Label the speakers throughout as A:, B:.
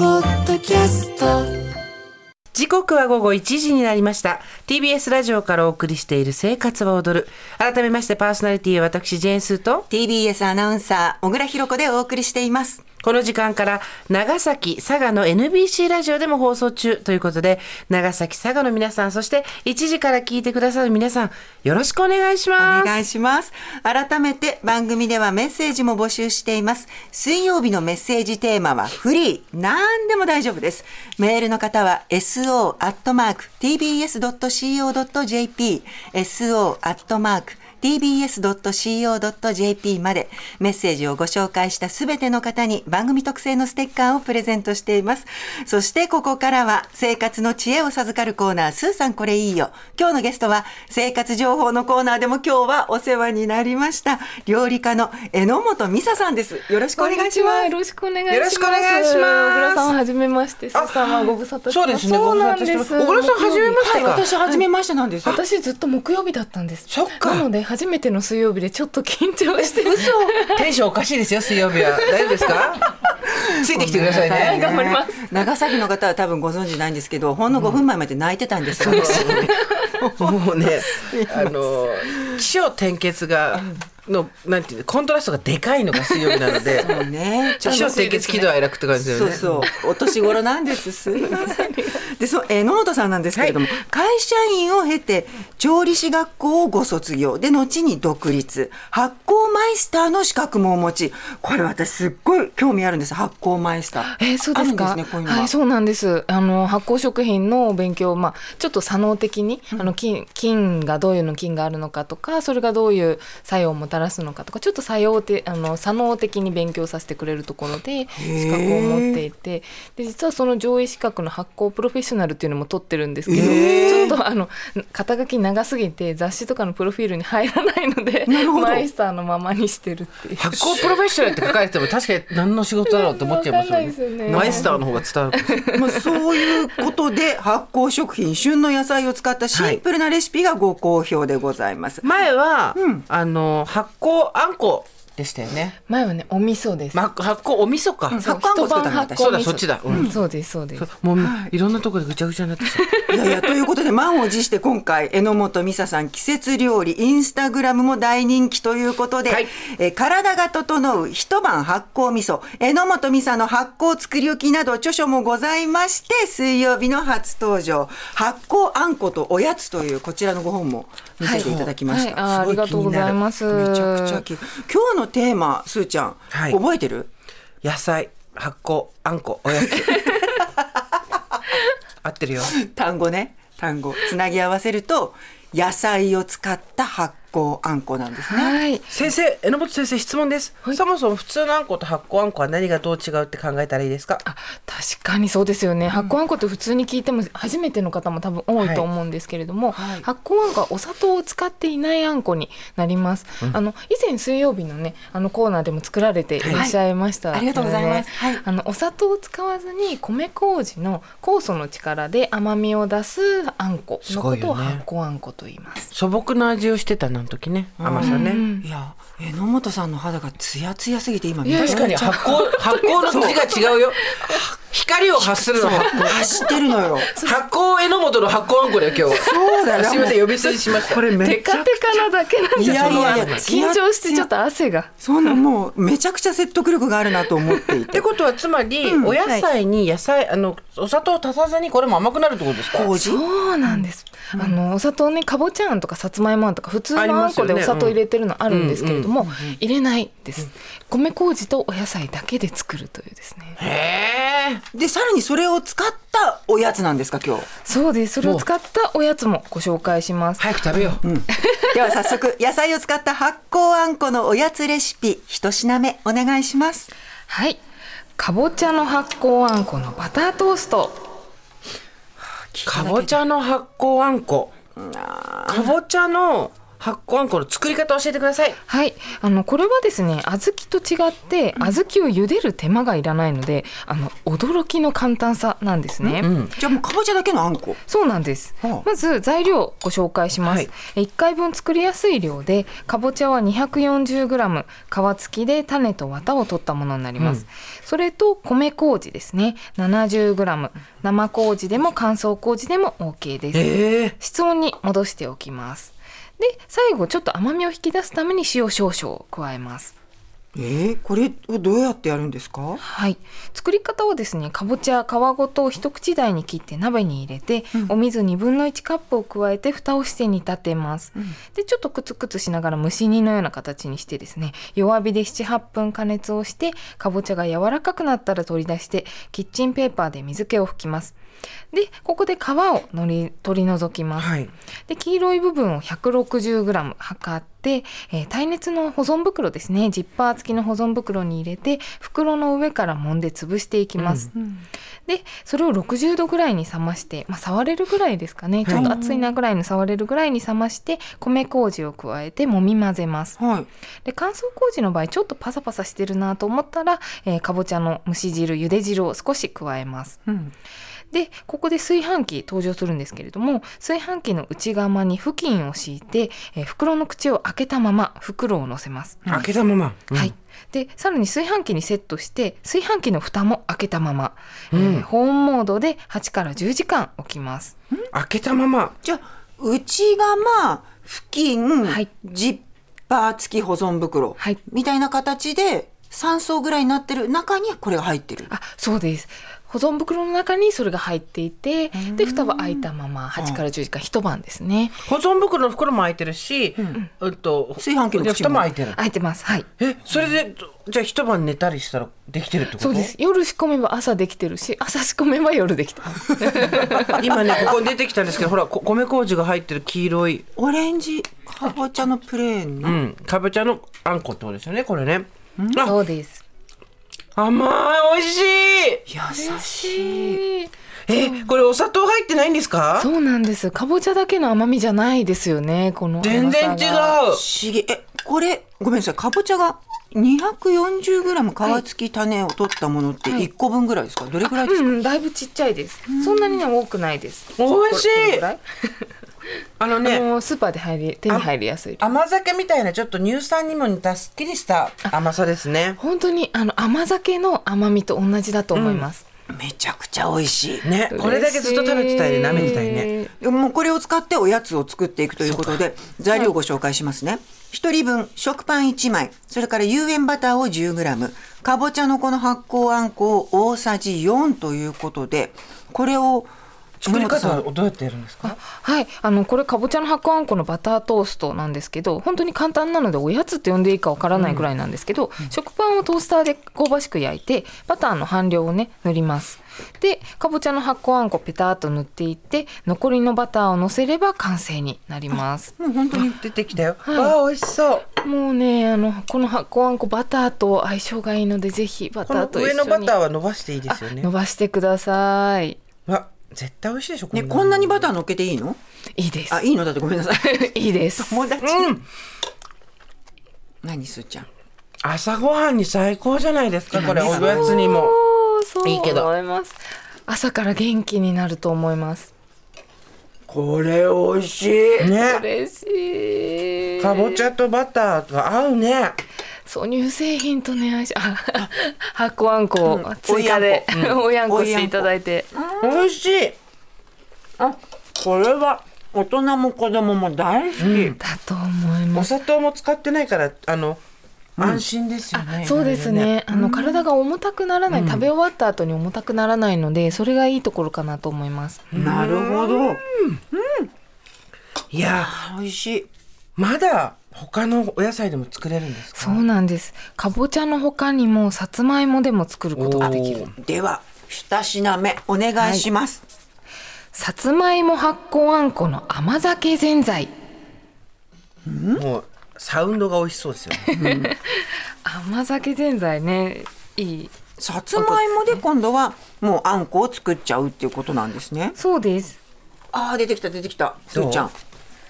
A: キャスト
B: 時刻は午後1時になりました。TBS ラジオからお送りしている生活は踊る。改めましてパーソナリティは私、ジェーンスーと、
C: TBS アナウンサー小倉弘子でお送りしています
B: この時間から長崎、佐賀の NBC ラジオでも放送中ということで、長崎、佐賀の皆さん、そして1時から聞いてくださる皆さん、よろしくお願いし
C: お
B: ます。
C: 願いします改めて番組ではメッセージも募集しています水曜日のメッセージテーマはフリー何でも大丈夫ですメールの方は so.tbs.co.jp so.tbs.co.jp までメッセージをご紹介したすべての方に番組特製のステッカーをプレゼントしていますそしてここからは生活の知恵を授かるコーナースーさんこれいいよ今日のゲストは生活情報のコーナーでも今日はお世話になりました料理家の榎本美沙さんですよろしくお願いしま
D: こん
C: す
D: にちはよろしくお願いします。
B: よろしくお願いします
D: 小倉さんはじめまして。ささんはご無沙汰して
B: そう
D: ま。
B: ですすね、ご無沙汰してます。小倉さん、
D: 木曜
B: 初め
D: 日
B: ましてか。
C: 私初めましてなんです、
D: 私ずっと木曜日だったんです。
B: そっか
D: なので初めての水曜日でちょっと緊張してる。
B: テンションおかしいですよ、水曜日は。大丈夫です かついてきてくださいね。
D: 頑張ります
C: 長崎の方は多分ご存知ないんですけどほんの5分前まで泣いてたんですよ、
B: もうね、あの気象転結がのなんていうのコントラストがでかいのが水曜日なので、
C: もうねちょっ
B: 気
C: と
B: 象転結喜怒哀楽って感じだよ
C: そう
B: ね。
C: そう、お年頃なんです。すみません。で、その榎本さんなんですけれども、会社員を経て調理師学校をご卒業で後に独立、発酵マイスターの資格もお持ち。これ私すっごい興味あるんです。発酵マイスター。
D: えーそうですか
C: あるんですね、こういうのは。
D: はい、そうなんです。あの発酵食品の勉強、まあちょっと作能的に、あの菌菌がどういうの菌があるのかとか、それがどういう作用をもたらすのかとか、ちょっと作用てあの作能的に勉強させてくれるところで資格を持っていて、で実はその上位資格の発酵プロフェッショナルっていうのも取ってるんですけど、ちょっとあの肩書き長すぎて雑誌とかのプロフィールに入らないので、
C: なるほど
D: マイスターのままにしてるっていう。
B: 発酵プロフェッショナルって書かれてても確かに何の仕事だろうって思っちゃいますよ
D: わかんないですよ
B: ね。
D: ね
B: マイスターの方が伝わる。
C: まあ、そういうことで発酵食品旬の野菜を使ったシンプルなレシピがご好評でございます。
B: 前は、
C: うん
B: あの発酵あんこでしたよね。
D: 前はねお味噌です。
B: ま発酵お味噌か。
C: 発酵あんこ作ったの私
B: そうだそっちだうん
D: うんそうですそうです。
B: もう、い、ろんなところでぐちゃぐちゃになってきた。
C: いやいやということで満を持して今回榎本美沙さん季節料理インスタグラムも大人気ということで、
B: はい
C: えー体が整う一晩発酵味噌榎本美沙の発酵作り置きなど著書もございまして水曜日の初登場発酵あんことおやつというこちらのご本も見せていただきました、
D: はいはい
C: す
D: あー
C: ご
D: ありがとうございます
C: 気になるめちゃくちゃ気今日のテーマすーちゃん、
B: はい
C: 覚えてる
B: 野菜発酵あんこおやつ。 合ってるよ。
C: 単語ね単語つなぎ合わせると野菜を使った発酵あんこなんですね、
D: はい。
B: 先生榎本先生質問です、そもそも普通のあんこと発酵あんこは何がどう違うって考えたらいいですか
D: あ確かにそうですよね、発酵あんこって普通に聞いても初めての方も多分多いと思うんですけれども、
C: はいはい
D: 発酵あんこはお砂糖を使っていないあんこになります、あの以前水曜日のねあのコーナーでも作られていらっしゃいましたよね、
C: はいありがとうございますはい
D: あのお砂糖を使わずに米麹の酵素の力で甘みを出すあんこのことを
B: すごいよね
D: 発酵あんこと言います
B: 素朴な味をしてたなの時ね甘さ
D: う
B: ね
D: ん
C: いや、榎本さんの肌がツヤツヤすぎて今
D: いや
C: 見
D: い
C: た
D: や
B: 確かに発 酵発酵の字が違うよ光を発するの発酵
C: 走ってるのよ。
B: 発酵榎本の発酵あんこだよ今日
C: そうだよ。
B: すみません呼び捨てにしましたこれ
D: テカテカなだけなんです
C: いやいやいや
D: 緊張してちょっと汗が
C: そんなもうめちゃくちゃ説得力があるなと思ってい
B: って
C: て。
B: ことはつまり、お野菜に野菜あのお砂糖を足さずにこれも甘くなるってことですか
C: 麹
D: そうなんです、あのお砂糖ねかぼちゃあんとかさつまいもあんとか普通
B: あり
D: のあ
B: ま
D: ん
B: すよ
D: こ
B: ね
D: でお砂糖入れてるのあるんですけれども、
B: う
D: 入れないです、米麹とお野菜だけで作るというですね
B: へえ
C: で、さらにそれを使ったおやつなんですか、今日。
D: そうですそれを使ったおやつもご紹介します
B: 早く食べよう、
C: では早速、野菜を使った発酵あんこのおやつレシピ、一品目お願いします。
D: はいかぼちゃの発酵あんこのバタートースト
B: かぼちゃの発酵あんこかぼちゃの発酵あんこの作り方を教えてください。
D: はい、あのこれはですね小豆と違って小豆を茹でる手間がいらないのであの驚きの簡単さなんですね。
B: うん。
C: じゃあもうかぼちゃだけのあんこ。
D: そうなんです、
C: はあ
D: まず材料をご紹介しま
B: は
D: す、
B: い
D: え1回分作りやすい量でかぼちゃは 240g 皮付きで種と綿を取ったものになります、それと米麹ですね 70g 生麹でも乾燥麹でも OK です、
B: ええ
D: 室温に戻しておきますで最後ちょっと甘みを引き出すために塩少々加えます
C: えー、これをどうやってやるんですか。
D: はい、作り方はですねかぼちゃ皮ごと一口大に切って鍋に入れて、
C: うん
D: お水1 2分の1カップを加えて蓋をして煮立てます、
C: うん
D: でちょっとクツクツしながら蒸し煮のような形にしてですね弱火で78分加熱をしてかぼちゃが柔らかくなったら取り出してキッチンペーパーで水気を拭きますでここで皮をのり取り除きます、
B: はい。
D: で黄色い部分を 160g 測って、えー耐熱の保存袋ですねジッパー付きの保存袋に入れて袋の上から揉んで潰していきます、でそれを60度ぐらいに冷まして、まあ、触れるぐらいですかねちょっと熱いなぐらいの触れるぐらいに冷まして米麹を加えて揉み混ぜます
C: はい。
D: で乾燥麹の場合ちょっとパサパサしてるなと思ったら、えーかぼちゃの蒸し汁ゆで汁を少し加えます
C: うん。
D: でここで炊飯器登場するんですけれども炊飯器の内釜に布巾を敷いて、えー袋の口を開けたまま袋を乗せます。
B: 開けたまま。うん
D: はい。、でさらに炊飯器にセットして炊飯器の蓋も開けたまま、
B: うん
D: えー保温モードで8から10時間置きます。
B: 開けたまま。
C: じゃあ内釜付近、
D: はい
C: ジッパー付き保存袋、
D: はい
C: みたいな形で3層ぐらいになってる中にこれが入ってる。
D: あそうです保存袋の中にそれが入っていてで蓋は開いたまま8から10時間一晩ですね
B: 保存袋の袋も開いてるし、うん、と
C: 炊飯器の口
B: 蓋
C: も
B: も開いてる。
D: 開いてますはい
B: え、それでじゃあ一晩寝たりしたらできてるってこと？
D: そうです。夜仕込めば朝できてるし朝仕込めば夜できてます
B: 今ねここに出てきたんですけど、ほらこ米麹が入ってる黄色い、
C: オレンジかぼちゃのプレーン
B: う
C: の、
B: ん、かぼちゃのあんこってことですよね。これね。
D: そうです
B: あ、甘い、美味しい。
C: 優しい。
B: え、これお砂糖入ってないんですか？
D: そうなんです。かぼちゃだけの甘みじゃないですよね。この
B: 全然違
D: 甘さが
B: う。
C: 不思議えこれごめんなさいかぼちゃが 240g 皮付き種を取ったものって
D: はい
C: 1個分ぐらいですかどれぐらいです
D: う
C: か、
D: んうん、だいぶちっちゃいです。そんなにね多くないです。
B: 美味しい
D: これこれぐらい
B: あの
D: あ
B: ね、
D: のスーパーで入り手に入りやすい。
B: 甘酒みたいなちょっと乳酸にも似たすっきりした甘さですね。
D: 本当にあの甘酒の甘みと同じだと思います。
C: めちゃくちゃ美味しい
B: ね、これだけずっと食べてたいね、舐めてたいね。
D: ね。
C: でももうこれを使っておやつを作っていくということで材料をご紹介しますね、一人分食パン1枚それから有塩バターを 10g かぼちゃのこの発酵あんこを大さじ4ということでこれを
B: 作り
C: 榎本
B: 方
C: さ
B: は
C: ん
B: どうやってやるんですか？
D: はい、あのこれかぼちゃの発酵あんこのバタートーストなんですけど本当に簡単なのでおやつって呼んでいいかわからないぐらいなんですけど、食パンをトースターで香ばしく焼いてバターの半量をね塗りますでかぼちゃの発酵あんこペタッと塗っていって残りのバターをのせれば完成になります
C: もう本当に
B: 出てきたよ。
D: はい
B: わあ、美味しそう。
D: もうねあのこの発酵あんこバターと相性がいいのでぜひバ
B: こ
D: ター
B: の
D: と一緒
B: 上
D: に
B: のバターは伸ばしていいですよ
D: あ
B: ね
D: 伸。ばしてください
B: わ、絶対美味しいでしょ。
C: ねこんなにバター乗っけていいの
D: いいです
C: あいいのだってごめんなさい
D: いいです
C: 友達
B: の。うん。
C: 何すーちゃん
B: 朝ごはんに最高じゃないですか。これおやつにも。
D: そう
B: いいけど
D: 思います朝から元気になると思います
C: これ美味しい
B: ね。
D: 嬉しい
B: かぼちゃとバターが合うね。
D: そう乳製品とね相性あ発酵あんこを追加でおやんこしていただいて
B: 美味しい。
C: あこれは大人も子供も大好き、
D: だと思いま
B: お
D: す
B: 砂糖も使ってないから、あの。安心ですよね。
D: そうです
B: いろいろ。
D: ねあの体が重たくならない、食べ終わった後に重たくならないのでそれがいいところかなと思います
C: なるほど
B: いや、
C: 美味しい
B: まだ他のお野菜でも作れるんですか。
D: そうなんですかぼちゃの他にもさつまいもでも作ることができる
B: おー
C: では二品目お願いします、
D: さつまいも発酵あんこの甘酒ぜんざい
B: もうサウンドが美味しそうですよね。
D: 甘酒ぜんざいねいい
C: さつまいもで今度はもうあんこを作っちゃうっていうことなんですね
D: そうです
C: あー出てきた出てきたす
B: どう
C: ーちゃん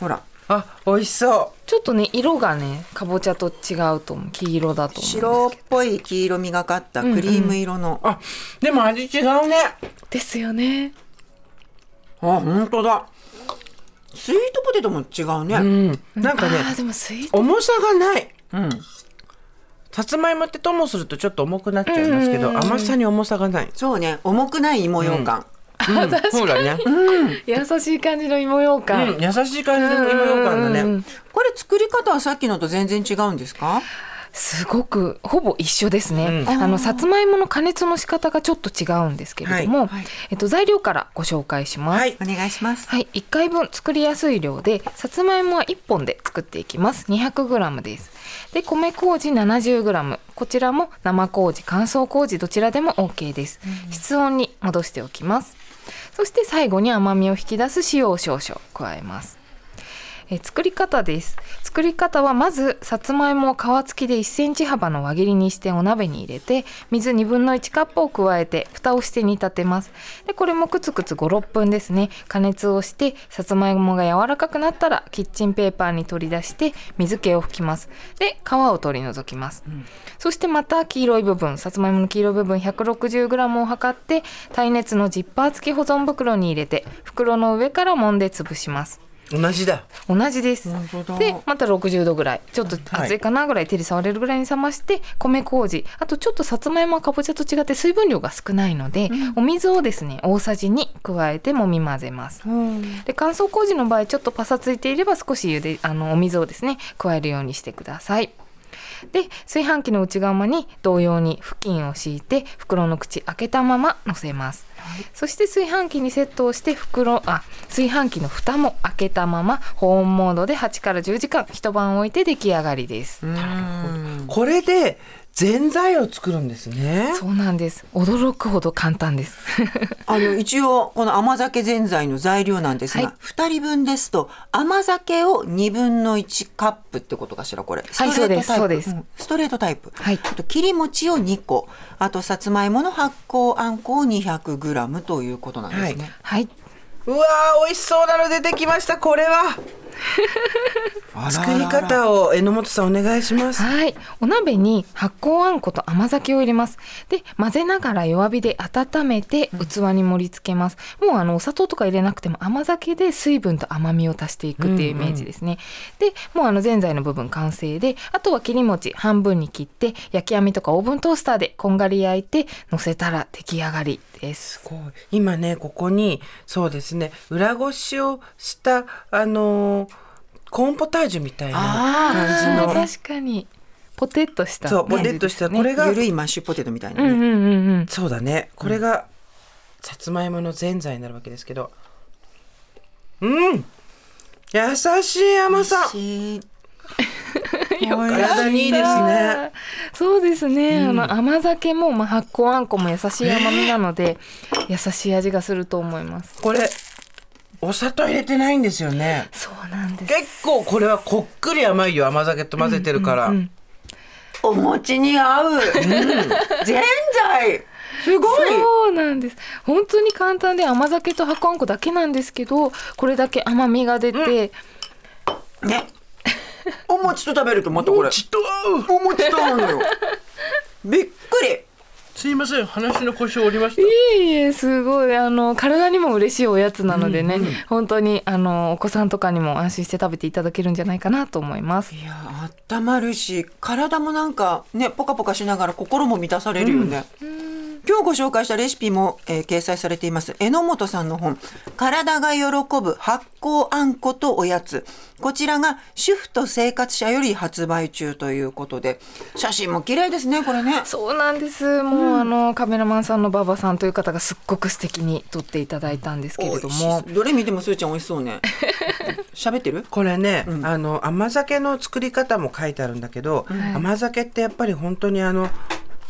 C: ほら
B: あ、美味しそ
D: ちょっとね色がねかぼちゃと違うと思う黄色だと思う
C: 白っぽい黄色みがかったクリーム色の、
B: う。あ、でも味違うね。
D: ですよね
B: あ、本当だ。
C: スイートポテトも違うね、
B: うん。なんか
D: あー
B: ね、
D: でもスイート
B: 重さがない。
C: うん
B: さつまいもってともするとちょっと重くなっちゃいますけど、甘さに重さがない。
C: そうね重くない芋羊羹、
B: うん、そうだね。
D: 優しい感じの芋ようかん
B: うん、優しい感じの芋ようかんだね。
C: これ作り方はさっきのと全然違うんですか
D: すごくほぼ一緒ですね、
B: うん
D: あのさつまいもの加熱の仕方がちょっと違うんですけれども、
B: はい
C: はい
D: えっと、材料からご紹介しま
B: は
D: す、はいい
C: お願いします
D: 1回分作りやすい量でさつまいもは1本で作っていきます 200g ですで米麹 70g こちらも生麹乾燥麹どちらでも OK です、室温に戻しておきますそして最後に甘みを引き出す塩を少々加えますえー作り方です作り方はまずさつまいもを皮付きで1センチ幅の輪切りにしてお鍋に入れて水1 2分の1カップを加えて蓋をして煮立てますでこれもくつくつ56分ですね加熱をしてさつまいもが柔らかくなったらキッチンペーパーに取り出して水気を拭きますで皮を取り除きます、そしてまた黄色い部分さつまいもの黄色い部分 160g を測って耐熱のジッパー付き保存袋に入れて袋の上から揉んで潰します
B: 同じだ。
D: 同じです
C: なるほど
D: でまた60度ぐらいちょっと
B: はい
D: 熱いかなぐらい手で触れるぐらいに冷まして米麹あとちょっとさつまいもはかぼちゃと違って水分量が少ないので、お水をですね大さじに加えて揉み混ぜます
C: うん
D: で乾燥麹の場合ちょっとパサついていれば少しゆであのお水をですね加えるようにしてくださいで炊飯器の内側に同様に布巾を敷いて袋の口開けたまま乗せます、そして炊飯器にセットをして袋あ炊飯器の蓋も開けたまま保温モードで8から10時間一晩置いて出来上がりです、
B: これで、ぜんざいを作るんですね。
D: そうなんです驚くほど簡単です
C: あの一応この甘酒ぜんざいの材料なんです
D: は
C: が、
D: い
C: 二2人分ですと甘酒を2分の1カップってことかしらこれス
D: はいそうです
C: タイプ
D: そうです
C: んストレートタイプ、
D: はい
C: あと切り餅を2個あとさつまいもの発酵あんこを 200g ということなんですね、
B: は
D: はいう
B: わー、美味しそうなの出てきました、これは。作り方を榎本さんお願いします。
D: はい、お鍋に発酵あんこと甘酒を入れます。で、混ぜながら弱火で温めて器に盛り付けます。もうあのお砂糖とか入れなくても甘酒で水分と甘みを足していくっていうイメージですね。で、もうあのぜんざいの部分完成で、あとは切り餅半分に切って焼き網とかオーブントースターでこんがり焼いて乗せたら出来上がりです。
B: こう今ねここにそうですね裏ごしをしたあのーコーンポタージュみたいな感じ
D: あ
B: の
D: ー確かにポテッとした
B: そうポ
D: 感じ
B: テッとした
D: ですね
B: これが
C: ゆるいマッシュポテトみたいな
D: うん
C: ね、
D: うんうんうん。
B: そうだねこれがさつまいものぜんざいになるわけですけどうん優しい甘さ
C: 美味しい
B: 体にいいですね
D: そうですね、あの甘酒も、まあ、発酵あんこも優しい甘みなので、優しい味がすると思います
B: これお砂糖入れてないんですよね
D: そうなんです
B: 結構これはこっくり甘いよ甘酒と混ぜてるから、
D: ん
C: お餅に合 う、ぜんざいすごい
D: そうなんです本当に簡単で甘酒と発酵あんこだけなんですけどこれだけ甘みが出て、
C: ね。お餅と食べるとまたこれ。
B: と合う
C: お餅と合うのよ。 びっくり。
B: すいません話の腰を折りまし
D: いえいえすごいあの体にも嬉しいおやつなのでね、本当にあのお子さんとかにも安心して食べていただけるんじゃないかなと思います
C: いや、温まるし、体もなんかね、ポカポカしながら心も満たされるよね。今日ご紹介したレシピも、えー掲載されています榎本さんの本「体が喜ぶ発酵あんことおやつ」こちらが主婦と生活者より発売中ということで写真も綺麗ですねこれね
D: そうなんです。もう、あのカメラマンさんの馬場さんという方がすっごく素敵に撮っていただいたんですけれども、
C: どれ見てもすーちゃん美味しそう ね喋ってる
B: これね、あの甘酒の作り方も書いてあるんだけど、甘酒ってやっぱり本当にあの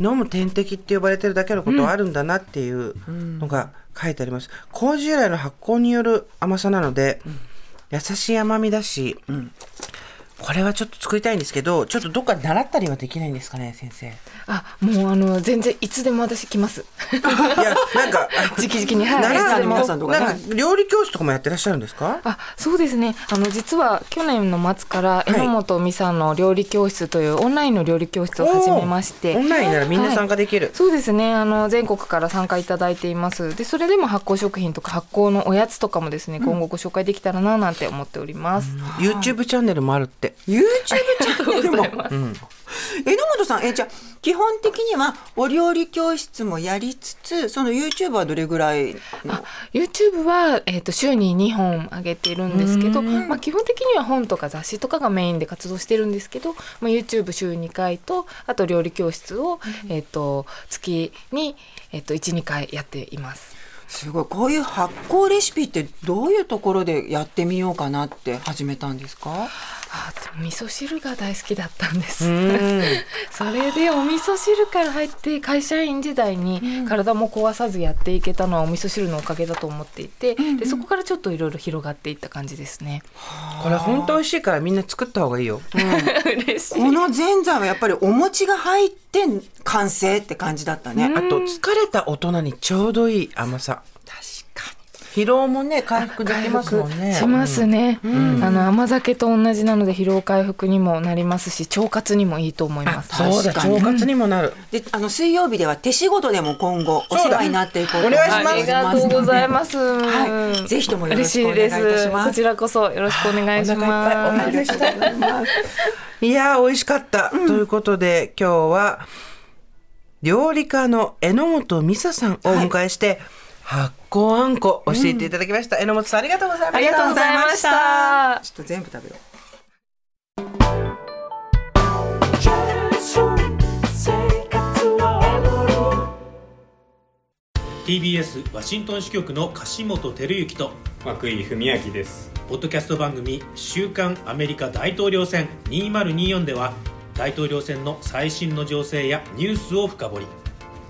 B: 飲む点滴って呼ばれてるだけのことあるんだなっていうのが書いてあります。麹由来の発酵による甘さなので、優しい甘みだし、これはちょっと作りたいんですけどちょっとどっかで習ったりはできないんですかね先 生い
D: あもうあの全然いつでも私来ます
B: やなんか
D: 直々にはい
C: 習
B: 習
C: う
B: う
C: 皆さんとかね
B: なんか料理教室とかもやってらっしゃるんですか
D: あそうですねあの実は去年の末から
B: い
D: 榎本美さんの料理教室というオンラインの料理教室を始めまして
B: おーオンラインならみんな参加できる、
D: そうですねあの全国から参加いただいていますでそれでも発酵食品とか発酵のおやつとかもですね今後ご紹介できたらななんて思っております、
B: YouTube チャンネルもあるって、
C: YouTube チャンネルも
D: ありがとうございます
B: うん、
C: 榎本さんえじゃあ基本的にはお料理教室もやりつつその YouTube はどれぐらいの
D: YouTube は、えー、と週に2本上げてるんですけど、
C: ん
D: まあ、基本的には本とか雑誌とかがメインで活動してるんですけど、まあ、YouTube 週2回とあと料理教室を、えー、と月に、えー、と12回やっています。
C: すごいこういう発酵レシピってどういうところでやってみようかなって始めたんですか
D: あと味噌汁が大好きだったんです。
B: うん
D: それでお味噌汁から入って会社員時代に体も壊さずやっていけたのはお味噌汁のおかげだと思っていて、でそこからちょっといろいろ広がっていった感じですね。
B: これ本当美味しいからみんな作った方がいいよ
D: 嬉しい
C: この前菜はやっぱりお餅が入って完成って感じだったね、
B: あと疲れた大人にちょうどいい甘さ
C: 確かに
B: 疲労もね回復できますもんね
D: しますね、あの甘酒と同じなので疲労回復にもなりますし腸活にもいいと思います
C: あ
B: そうだ
C: 確かに
B: 腸活にもなる、
C: であの水曜日では手仕事でも今後お世話になっていこうと
B: そうだお願いします
D: ありがとうございます、
C: はいぜひともよろしくお願いいたします
D: 嬉ですこちらこそよろしくお願いし
B: お腹いっぱいお
D: ます
B: 願いし
C: ありがとうございます
B: いやー美味しかった、ということで今日は料理家の榎本美沙さんをお迎えして、発酵あんこ教えていただきました、榎本さんありがとうございました
C: ありがとうございました。
D: ありがとうございました
C: ちょっと全部食べよう。
A: TBS ワシントン支局の樫本照之と
E: 涌井文明です
A: ポッドキャスト番組「週刊アメリカ大統領選2024」では大統領選の最新の情勢やニュースを深掘り